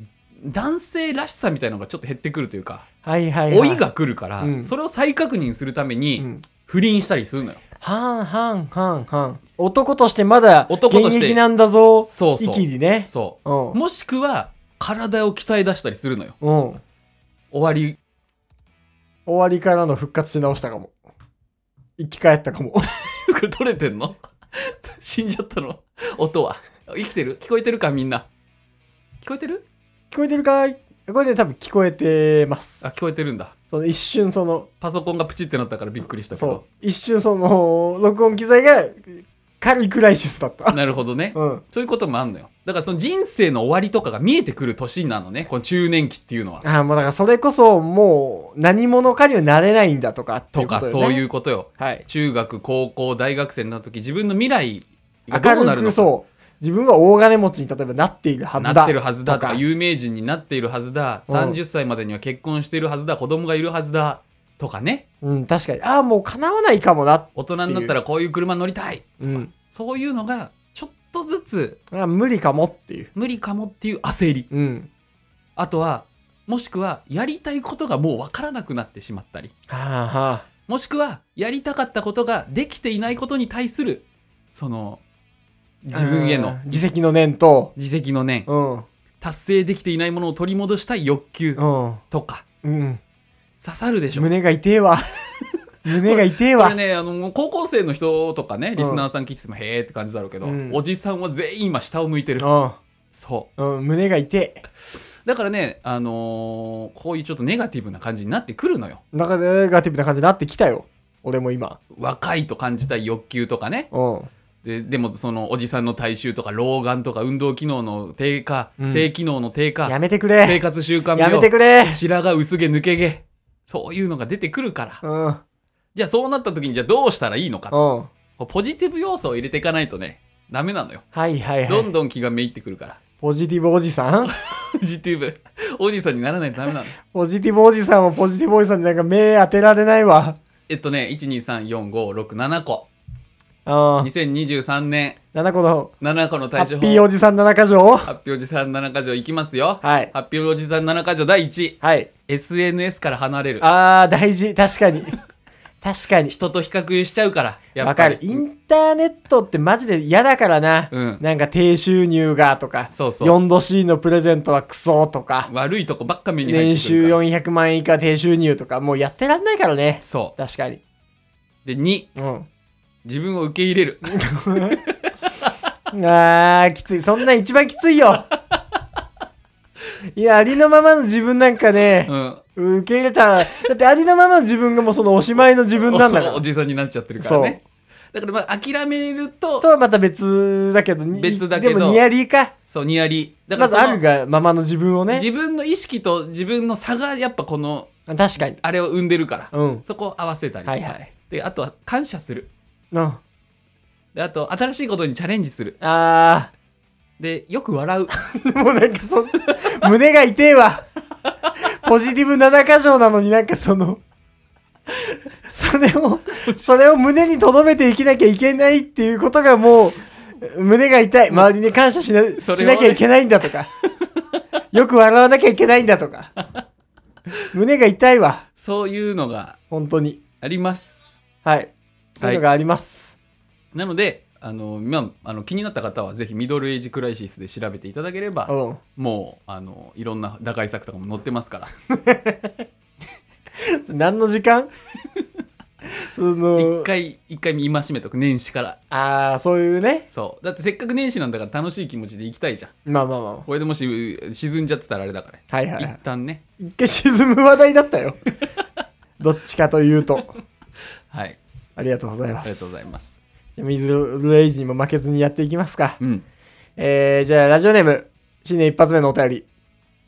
S2: 男性らしさみたいなのがちょっと減ってくるというか
S1: いはいはい。
S2: 老い。が来るから、
S1: うん
S2: それを再確認するため
S1: う
S2: に
S1: ん。
S2: 不倫したりするのよ、
S1: はんはんはんはん。男としてまだ現
S2: 男として
S1: 役なんだぞ。
S2: そうそう
S1: 息にね。
S2: そう
S1: うん。
S2: もしくは体を鍛え出したりするのよ
S1: うん。
S2: 終わり
S1: 終わりからの復活し直したかも。生き返ったかも。
S2: これ取れてんの死んじゃったの音は生きてる聞こえてるかみんな聞こえてる
S1: 聞こえてるかいこれね、多分聞こえてます
S2: あ。聞こえてるんだ
S1: その一瞬その、
S2: パソコンがプチってなったからびっくりしたけ
S1: そう
S2: ど。
S1: 一瞬その、録音機材が軽いクライシスだった。
S2: なるほどね、
S1: うん。
S2: そういうこともあんのよだからその人生の終わりとかが見えてくる年なのねこの中年期っていうのは
S1: ああ、もうだからそれこそもう何者かにはなれないんだとかっていう
S2: と
S1: こと
S2: か
S1: よね。。
S2: そういううことよ
S1: はい。
S2: 中学高校大学生になった時自分の未来がどう
S1: 明
S2: な
S1: る
S2: る
S1: く
S2: のか
S1: そう。自分は大金持ちに例えばなっているはずだ。
S2: なってるはずだとか
S1: とか
S2: 有名人になっているはずだ
S1: うん
S2: 30歳までには結婚しているはずだ子供がいるはずだとかね
S1: うん、確かに。ああ、もう叶わないかもな。
S2: 大人になったらこういう車乗りたい
S1: うん。
S2: そういうのがちょっとずつ
S1: ああ無理かもっていう。
S2: 無理かもっていう焦り
S1: うん。
S2: あとはもしくはやりたいことがもう分からなくなってしまったり
S1: はあはあ。
S2: もしくはやりたかったことができていないことに対するその自分へ
S1: う
S2: の
S1: ん自責の念と、
S2: 自責の念
S1: うん、うん、
S2: 達成できていないものを取り戻したい欲求とか
S1: うん、
S2: 刺さるでしょ
S1: 胸が痛えわ。 胸が痛え
S2: こ
S1: わ
S2: れ。ねあの高校生の人とかねリスナーさん聞いててもへーって感じだろうけど、
S1: うん
S2: おじさんは全員今下を向いてる
S1: う
S2: そ
S1: ん、うん、胸が痛え。
S2: うだからねあのーこういうちょっとネガティブな感じになってくるのよ
S1: なんかネガティブな感じになってきたよ。俺も今。
S2: 若いと感じたい欲求とかね
S1: うん、
S2: ででもそのおじさんの体臭とか老眼とか運動機能の低下、
S1: うん
S2: 性機能の低下
S1: やめてく
S2: 生
S1: れ。
S2: 活習慣
S1: やめて
S2: 病
S1: くれ。
S2: 白髪薄毛抜け毛そういうのが出てくるから
S1: うん、うん、
S2: じゃあそうなった時にじゃあどうしたらいいのかとポジティブ要素を入れていかないとねダメなのよ
S1: はいはいは
S2: どん
S1: い。
S2: どん気がめいってくるから
S1: ポジティブおじさん
S2: ポジティブおじさんにならないとダメなの
S1: ポジティブおじさんもポジティブおじさんになんか目当てられないわ。
S2: えっとね1234567個
S1: あー
S2: 2023年
S1: 7個の
S2: 7個の
S1: ハ
S2: 対処
S1: ッ
S2: 法
S1: ピーおじさん7か条
S2: ハッピーおじさん7か条いきますよ、
S1: はい
S2: ハッピーおじさん7か条第1
S1: はい。
S2: SNS から離れる
S1: あー、大事。確かに。 確かに。
S2: 人と比較しちゃうからや
S1: わ
S2: っぱ
S1: か
S2: り
S1: る。インターネットってマジで嫌だからな。
S2: うん
S1: なんか低収入がとか、
S2: そうそう
S1: 4°C のプレゼントはクソとか、
S2: 悪いとこばっか目に入
S1: 年
S2: ってくる
S1: 収
S2: から
S1: 400万円以下低収入とか、もうやってらんないからね。
S2: そ
S1: 確かに。
S2: うで2
S1: うん。
S2: 自分を受け入れる
S1: あー、きつい。そんなん一番きついよ。いや、ありのままの自分なんかね
S2: う、ん
S1: 受け入れたら、だってありのままの自分がもうそのおしまいの自分なんだ から
S2: お。じさんになっちゃってるからねだからまあ諦めると
S1: とはまた別だけど、に
S2: 別だけど
S1: でもニアリーか。
S2: そうニヤリだか
S1: ま
S2: ら
S1: ず
S2: その
S1: あるがままの自分をね。
S2: 自分の意識と自分の差がやっぱこの
S1: 確かに。
S2: あれを生んでるから、
S1: うん。
S2: そこを合わせたりとか、
S1: はいはい
S2: であとは感謝する
S1: の、あ
S2: であと新しいことにチャレンジする
S1: あ
S2: でよ く笑う
S1: ー、もうなんかそ、胸が痛えわ。ポジティブ7箇条なのになんかその、それを、それを胸に留めていきなきゃいけないっていうことがもう、胸が痛い。周りに感謝しな,、
S2: それ
S1: し
S2: をね
S1: なきゃいけないんだとか。よく笑わなきゃいけないんだとか。胸が痛いわ。
S2: そういうのが
S1: 本当に。
S2: あります
S1: はい。そういうのがあります。
S2: なのであの、まあ、あの気になった方はぜひミドルエイジクライシスで調べていただければ
S1: うん。
S2: もうあのいろんな打開策とかも載ってますから
S1: 何の時 間その
S2: 一回一回戒めとく年始から
S1: ああそういうね
S2: そうだってせっかく年始なんだから楽しい気持ちで行きたいじゃん
S1: まあまあま
S2: これでもし沈んじゃってたらあれだから、
S1: あはいはい、は
S2: 一旦ね
S1: い、一回沈む話題だったよ どっちかというと
S2: はい
S1: ありがとうございま
S2: ありが
S1: す
S2: とうございます
S1: じゃあミズルエイジにも負けずにやっていきますか、
S2: うん
S1: えー、じゃあラジオネーム新年一発目のお便り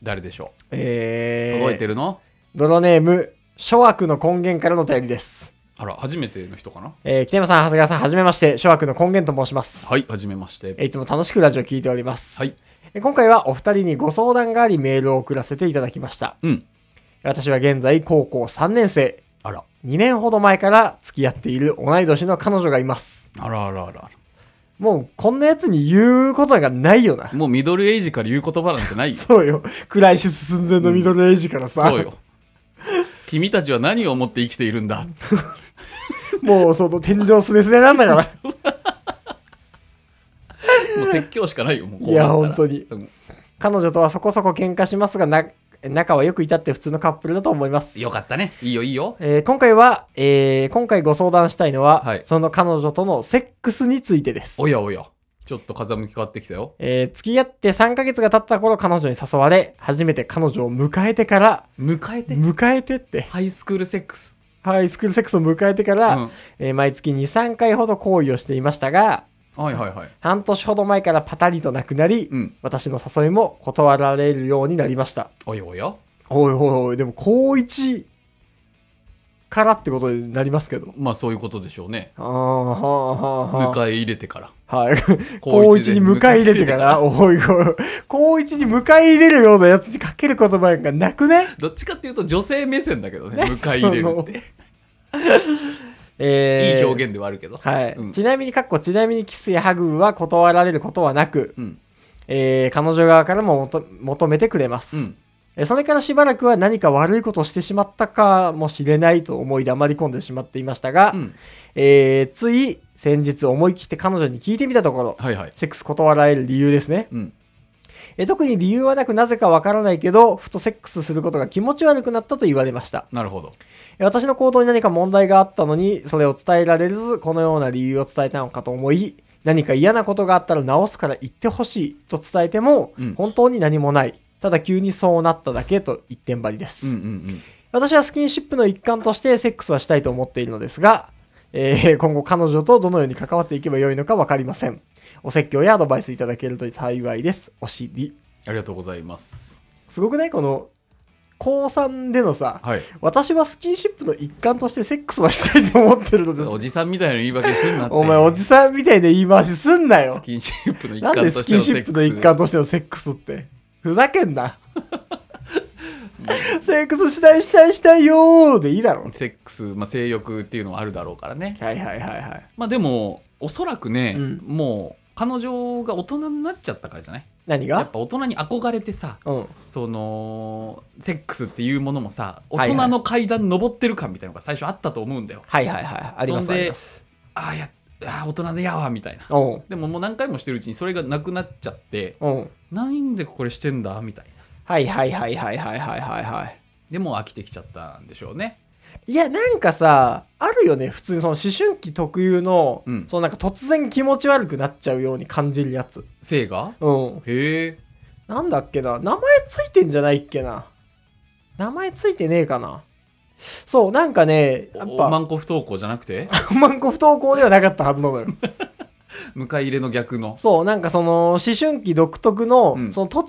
S2: 誰でしょう
S1: えー、
S2: 届いてるの、
S1: 泥ネーム諸悪の根源からのお便りです
S2: あら初めての人かな
S1: えー、北山さん長谷川さんはじめまして諸悪の根源と申します、
S2: はい初めまして
S1: えーいつも楽しくラジオ聞いております、
S2: はい
S1: えー今回はお二人にご相談がありメールを送らせていただきました
S2: うん
S1: 私は現在高校3年生
S2: あら
S1: 2年ほど前から付き合っている同い年の彼女がいます
S2: あらあらあらあ
S1: もうこんなやつに言うことなんかないよな
S2: らもうミドルエイジから言う言葉なんてないよ
S1: そうよクライシス寸前のミドルエイジからさ、
S2: そうよ君たちは何を思って生きているんだ
S1: もうその天井すれすれなんだ から
S2: もう説教しかないよもうこう
S1: いや
S2: なったら
S1: 本当に
S2: うん
S1: 彼女とはそこそこ喧嘩しますがな仲はよく至って普通のカップルだと思います
S2: よかったねいいよいいよ
S1: えー今回は、えー今回ご相談したいのは、
S2: はい
S1: その彼女とのセックスについてです
S2: おやおやちょっと風向き変わってきたよ
S1: えー付き合って3ヶ月が経った頃彼女に誘われ初めて彼女を迎えてから
S2: 迎えて
S1: 迎えてって
S2: ハイスクールセックス
S1: ハイスクールセックスを迎えてから、
S2: うん
S1: えー毎月2、3回ほど行為をしていましたが、
S2: はいはいはい
S1: 半年ほど前からパタリとなくなり、
S2: うん
S1: 私の誘いも断られるようになりました。
S2: おやおや
S1: おいおいおい、でも高1からってことになりますけど。
S2: まあそういうことでしょうね
S1: あーはあはあ
S2: 迎
S1: は
S2: え入れてから
S1: あ。はい。
S2: 高
S1: 高
S2: 一
S1: 1
S2: で
S1: に迎え入れてから、おいおい、高1に迎え入れるようなやつにかける言葉がなくね
S2: どっちかっていうと女性目線だけどね迎え入れるって
S1: え
S2: い
S1: ー
S2: い表現ではあるけど
S1: はい、
S2: うん
S1: ちなみに、かっこちなみにキスやハグは断られることはなく、
S2: うん
S1: えー彼女側からも求求めてくれます、
S2: うん
S1: えーそれからしばらくは何か悪いことをしてしまったかもしれないと思い黙り込んでしまっていましたが、
S2: うん
S1: えーつい先日思い切って彼女に聞いてみたところ、
S2: はいはい
S1: セックス断られる理由ですね、
S2: うん
S1: えー特に理由はなくなぜかわからないけどふとセックスすることが気持ち悪くなったと言われました
S2: なるほど
S1: えー私の行動に何か問題があったのにそれを伝えられずこのような理由を伝えたのかと思い何か嫌なことがあったら直すから言ってほしいと伝えても、
S2: うん
S1: 本当に何もないただ急にそうなっただけと一点張りです、
S2: うんうんうん
S1: 私はスキンシップの一環としてセックスはしたいと思っているのですが、えー今後彼女とどのように関わっていけばよいのか分かりませんお説教やアドバイスいただけると幸いですお尻
S2: ありがとうございます
S1: すごくないこの高3でのさ
S2: はい
S1: 私はスキンシップの一環としてセックスはしたいと思ってるのです
S2: おじさんみたいな言い訳すんなって
S1: お前おじさんみたいな言い回しすんなよ
S2: ス。キンシップの一
S1: な
S2: 環
S1: んで
S2: として
S1: スキンシップの一環としてのセックスって。ふざけんな。セックスしたいしたいしたいよーでいいだろ。
S2: セックス、まあ、性欲っていうのはあるだろうからね
S1: はいはいはいはい。
S2: まあでもおそらくね、
S1: うん
S2: もう彼女が大人になっちゃったからじゃない
S1: 何
S2: やっ
S1: が
S2: ぱ大人に憧れてさ
S1: うん。
S2: そのセックスっていうものもさ
S1: は
S2: 大
S1: いはい
S2: 人の階段登ってる感みたいなのが最初あったと思うんだよ、
S1: はいはいはい。あります
S2: そ
S1: あ
S2: んで
S1: ります。
S2: ああやああ大人でやわみたいな
S1: うん。
S2: でももう何回もしてるうちにそれがなくなっちゃって
S1: うん。
S2: なんでこれしてんだみたいな
S1: はいはいはいはいはいはいはいはい。
S2: でもう飽きてきちゃったんでしょうね
S1: いや、なんかさ、あるよね。普通にその思春期特有の、
S2: うん
S1: そのなんか突然気持ち悪くなっちゃうように感じるやつ。
S2: 性が
S1: うん。
S2: へえ
S1: なんだっけな。名前ついてんじゃないっけな。名前ついてねえかな。そう、なんかね、やっ
S2: おま
S1: ぱ、
S2: んこ不登校じゃな くて
S1: マンコ不登校ではなかったはずなのよ。
S2: 迎え入れの逆の
S1: そう、なんかその、思春期独特の、
S2: うん
S1: その突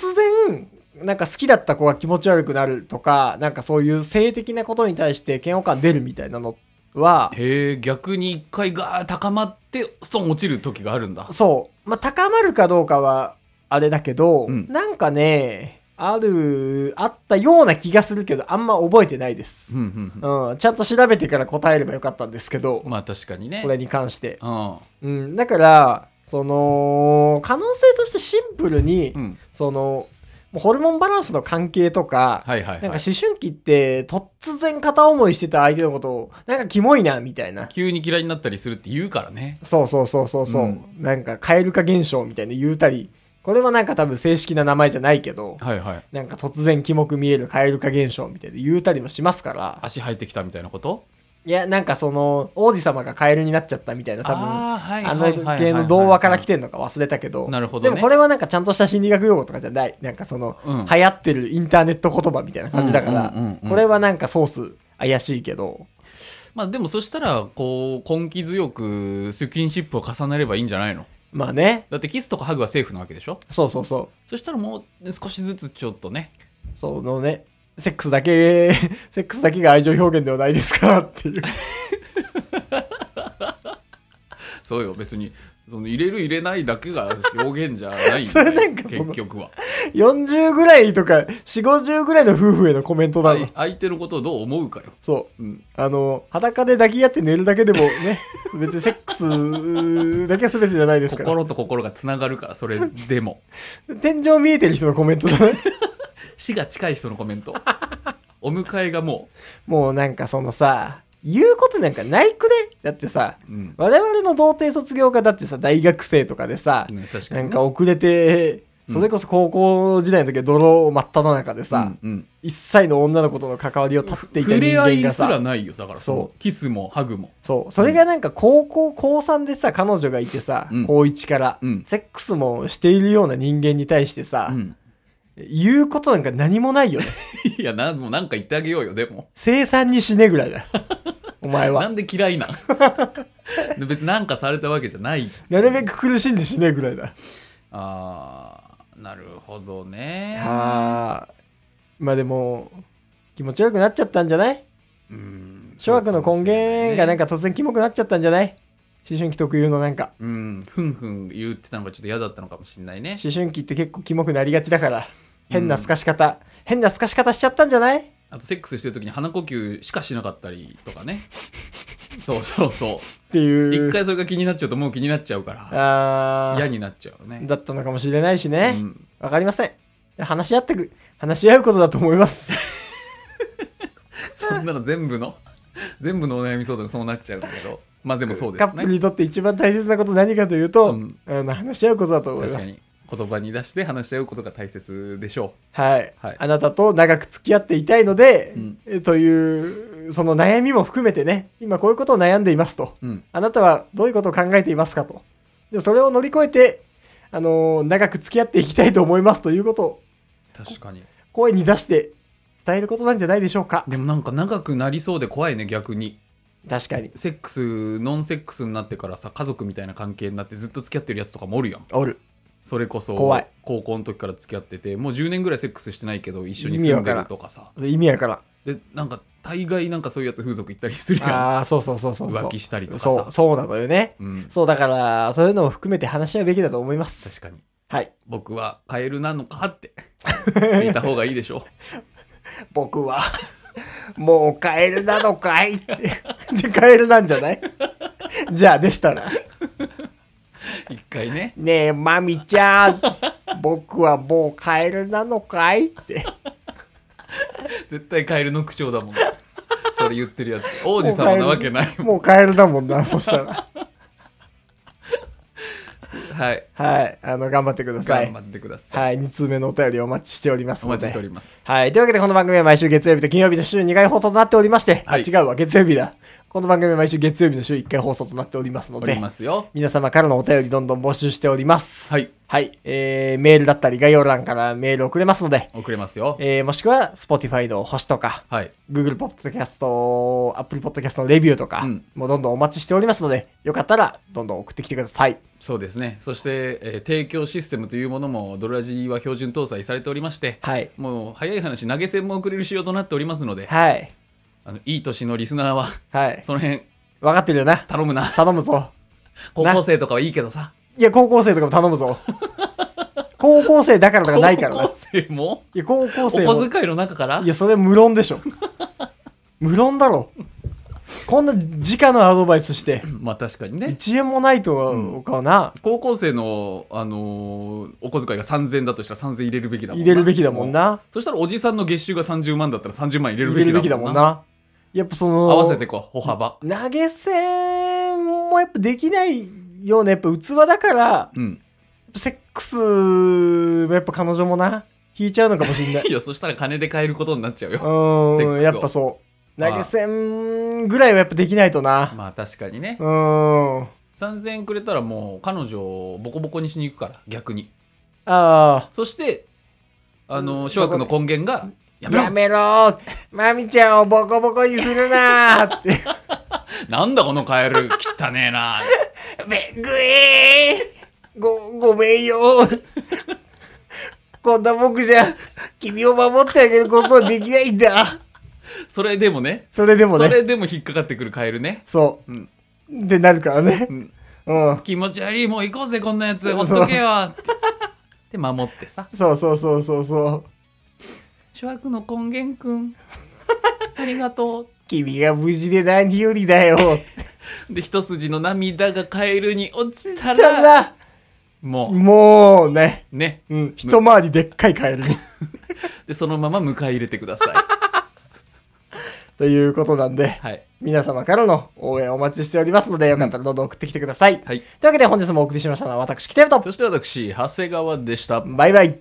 S1: 然、なんか好きだった子が気持ち悪くなるとか、なんかそういう性的なことに対して嫌悪感出るみたいなのは、
S2: へえ逆に一回ガーッ高まってストン落ちる時があるんだ
S1: そう、まあ、高まるかどうかは、あれだけど、
S2: うん
S1: なんかね、ある、あったような気がするけど、あんま覚えてないです
S2: うん。うん
S1: うん、ちゃんと調べてから答えればよかったんですけど
S2: うん、まあ確かにね
S1: これに関して。
S2: うん
S1: うん、だから、その、可能性としてシンプルに、
S2: うん
S1: その、もうホルモンバランスの関係とか、
S2: はい
S1: なん
S2: はいは
S1: か
S2: い
S1: 思春期って突然片思いしてた相手のことを、なんかキモいな、みたいな。
S2: 急に嫌いになったりするって言うからね
S1: そうそうそうそうそう。
S2: うん
S1: なんか蛙化現象みたいな言うたり、これはなんか多分正式な名前じゃないけど、
S2: はいはい
S1: なんか突然キモく見える蛙化現象みたいな言うたりもしますから、
S2: 足生えてきたみたいなこと
S1: いや、なんかその、王子様がカエルになっちゃったみたいな多分、
S2: あーはい
S1: あ
S2: はい
S1: の
S2: はいはい
S1: 系の童話から来てんのか忘れたけど、
S2: なるほどね
S1: でもこれはなんかちゃんとした心理学用語とかじゃない。なんかその、
S2: うん
S1: 流行ってるインターネット言葉みたいな感じだから
S2: うんうんうんう、ん
S1: これはなんかソース怪しいけど、
S2: まあでもそしたらこう根気強くスキンシップを重ねればいいんじゃないの
S1: まあね、
S2: だってキスとかハグはセーフなわけでしょ
S1: そうそうそ
S2: そしたらもう少しずつちょっとね
S1: う、そのね、セックスだけ、 セックスだけが愛情表現ではないですからっていう。
S2: そうよ別にその入れる入れないだけが表現じゃない
S1: それなんかその
S2: 結局は
S1: 40ぐらいとか、4、50ぐらいの夫婦へのコメントだろ。
S2: 相相手のことをどう思うかよ、
S1: そう。
S2: うん、
S1: あの、裸で抱き合って寝るだけでも ね、別にセックスだけは全てじゃないですから。
S2: 心と心がつながるからそれでも
S1: 天井見えてる人のコメントじゃない
S2: 死が近い人のコメント お迎えがも
S1: もうなんかそのさ、言うことなんかないくねだってさ、
S2: う、うん、
S1: 我々の童貞卒業家だってさ、大学生とかでさ、
S2: ね確かに
S1: な
S2: ね
S1: んか遅れて、
S2: うん
S1: それこそ高校時代の時は泥を真っ只中でさ、
S2: うんうん
S1: 一切の女の子との関わりを断っていた人
S2: 触れ合
S1: 間
S2: い
S1: が
S2: すら
S1: さ、
S2: ないよだから
S1: そ
S2: そうのキスもハグも
S1: そう、それがなんか高校、高3でさ、彼女がいてさ、
S2: うん
S1: 高1から、
S2: うん
S1: セックスもしているような人間に対してさ、
S2: うん、
S1: 言うことなんか何もないよ ね。
S2: いやなもうなんか言ってあげようよでも
S1: 生産に死ねぐらいだよ。お前
S2: な
S1: は。
S2: んで嫌 いなん別になんかされたわけじゃない
S1: なるべく苦しんで死ねぐらいだ。
S2: あーなるほどね
S1: はあ。まあでも、気持ち悪くなっちゃったんじゃない
S2: うん
S1: 諸悪の根源がなんか突然キモくなっちゃったんじゃない思春期特有のなんか。
S2: うんふんふん言ってたのがちょっと嫌だったのかもしれないね
S1: 思春期って結構キモくなりがちだから。変な透かし方。変な透かし方しちゃったんじゃない
S2: あとセックスしてる時に鼻呼吸しかしなかったりとかね そうそうそ
S1: って
S2: う
S1: いう。
S2: 一回それが気になっちゃうともう気になっちゃうから
S1: あ
S2: 嫌
S1: ー
S2: になっちゃうね
S1: だったのかもしれないしね。
S2: うん
S1: わかりません。話し合ってく、話し合うことだと思います。
S2: そんなの全部の 全部のお悩み相談そうなっちゃうんだけどまあでもそうで
S1: カッ
S2: す
S1: プ
S2: ね
S1: ルにとって一番大切なこと何かというと、
S2: うん
S1: あの話し合うことだと思い
S2: 確
S1: ま
S2: か
S1: す。
S2: に言葉に出して話し合うことが大切でしょ
S1: はい、
S2: はい
S1: あなたと長く付き合っていたいので、
S2: うん
S1: えという、その悩みも含めてね、今こういうことを悩んでいますと。
S2: う、うん、
S1: あなたはどういうことを考えていますかと。でもそれを乗り越えて、あのー長く付き合っていきたいと思いますということを
S2: 確かに
S1: 声に出して伝えることなんじゃないでしょうか。
S2: でもなんか長くなりそうで怖いね逆に
S1: 確かに。
S2: セックスノンセックスになってからさ家族みたいな関係になってずっと付き合ってるやつとかもおるやん
S1: おる。
S2: それこそ
S1: 怖い
S2: 高校の時から付き合っててもう10年ぐらいセックスしてないけど一緒に住んでるとかさ
S1: 意味や から。
S2: でなんか大概なんかそういうやつ風俗行ったりするや
S1: ああ、そうそうそうそ
S2: ん
S1: うそう。
S2: 浮気したりとか
S1: そ
S2: さ
S1: う、そうなのよね。
S2: うん、
S1: そう、だから、そういうのも含めて話し合うべきだと思います。
S2: 確かに
S1: はい。
S2: 僕はカエルなのか って聞いた方がいいでしょ
S1: 僕は、 もうカエ ルなのかいって。じゃ、カエルなんじゃないじゃあ、でしたら。
S2: 一回ね。
S1: ねえ、まみちゃん、僕はもうカエルなのかい って。
S2: 絶対カエルの口調だもん。それ言ってるやつ。王子様なわけないもん。
S1: もうカエルだもんな、そしたら。
S2: はい。
S1: はい、あの、頑張ってくださ
S2: 頑
S1: い
S2: 張。ってください。
S1: はい、2通目のお便りお待ちしております
S2: お
S1: ので。
S2: 待ちしております。
S1: はい。というわけで、この番組は毎週月曜日と金曜日の週2回放送となっておりまして、
S2: はい
S1: あ、違うわ、月曜日だ。この番組は毎週月曜日の週1回放送となっておりますの
S2: おり
S1: で、
S2: ますよ。
S1: 皆様からのお便りどんどん募集しております。
S2: はい。
S1: はい。えー、メールだったり概要欄からメール送れますので、
S2: 送れますよ。
S1: えー、もしくは Spotify の星とか、
S2: はい。
S1: Google Podcast、Apple Podcast のレビューとか、
S2: うん
S1: もうどんどんお待ちしておりますので、よかったらどんどん送ってきてください。
S2: そうですね。そして、えー提供システムというものも、ドルラジは標準搭載されておりまして、
S1: はい。
S2: もう早い話、投げ銭も送れる仕様となっておりますので、
S1: はい。
S2: あのいい年のリスナーは、
S1: はい。
S2: その辺、
S1: わかってるよな。
S2: 頼むな。
S1: 頼むぞ。
S2: 高校生とかはいいけどさ。
S1: いや、高校生とかも頼む ぞ。高校生だからとかないからな。
S2: 高
S1: い
S2: 校生も
S1: や、高校
S2: お
S1: 生も
S2: 小遣いの中から
S1: いや、それ無論でしょ。無論だろ。こんな直のアドバイスして、
S2: まあ確かにね。
S1: 1円もないとかな、
S2: 高校生の、あのーお小遣いが3000だとしたら3000入れるべきだもん
S1: 入れるべきだもん。な。
S2: そしたらおじさんの月収が30万だったら30万入れる
S1: 入れるべ
S2: べ
S1: き
S2: き
S1: だ
S2: だ
S1: も
S2: も
S1: ん
S2: んな。
S1: な。やっぱその、
S2: 合わせてこう、歩幅。
S1: 投げ銭もやっぱできないような、やっぱ器だから、
S2: うん。
S1: セックスもやっぱ彼女もな、引いちゃうのかもしんない。
S2: いや、そしたら金で買えることになっちゃうよ。セッ
S1: う
S2: ク
S1: ん、
S2: ス
S1: や
S2: を
S1: っぱそう。投げ銭ぐらいはやっぱできないとな。
S2: まあ確かにね
S1: う。ん。あ
S2: 3000円くれたらもう彼女をボコボコにしに行くから、逆に。
S1: あ。
S2: そして、あ
S1: うん
S2: の、諸悪の根源が、やめろ
S1: やめろまみちゃんをボコボコにするなーって。
S2: なんだこのカエル、汚ねえな。
S1: べ、ぐえーご、ごめんよこんな僕じゃ、君を守ってあげることはできないんだ。
S2: それでもね、
S1: それでも
S2: そ
S1: ね、
S2: れでも引っかかってくるカエルね。
S1: そう。
S2: うん
S1: ってなるからね
S2: う。ん
S1: うん。
S2: 気持ち悪い、もう行こうぜ、こんなやつ。ほっとけよ。ってで、守ってさ。
S1: そうそうそうそうそう。
S2: 諸悪の根源くん。 ありがとう。
S1: 君が無事で何よりだよ。
S2: で一筋の涙がカエルに落ちた
S1: じゃあ
S2: ら
S1: な
S2: も
S1: もうね。
S2: うね
S1: うん、一回りでっかいカエルに。
S2: でそのまま迎え入れてください
S1: ということなんで、
S2: はい
S1: 皆様からの応援お待ちしておりますので、よかったらどんどん送ってきてください。とい
S2: はいう
S1: わけで本日もお送りしましたのは私、キテルと、
S2: そして私長谷川でした
S1: バイバイ。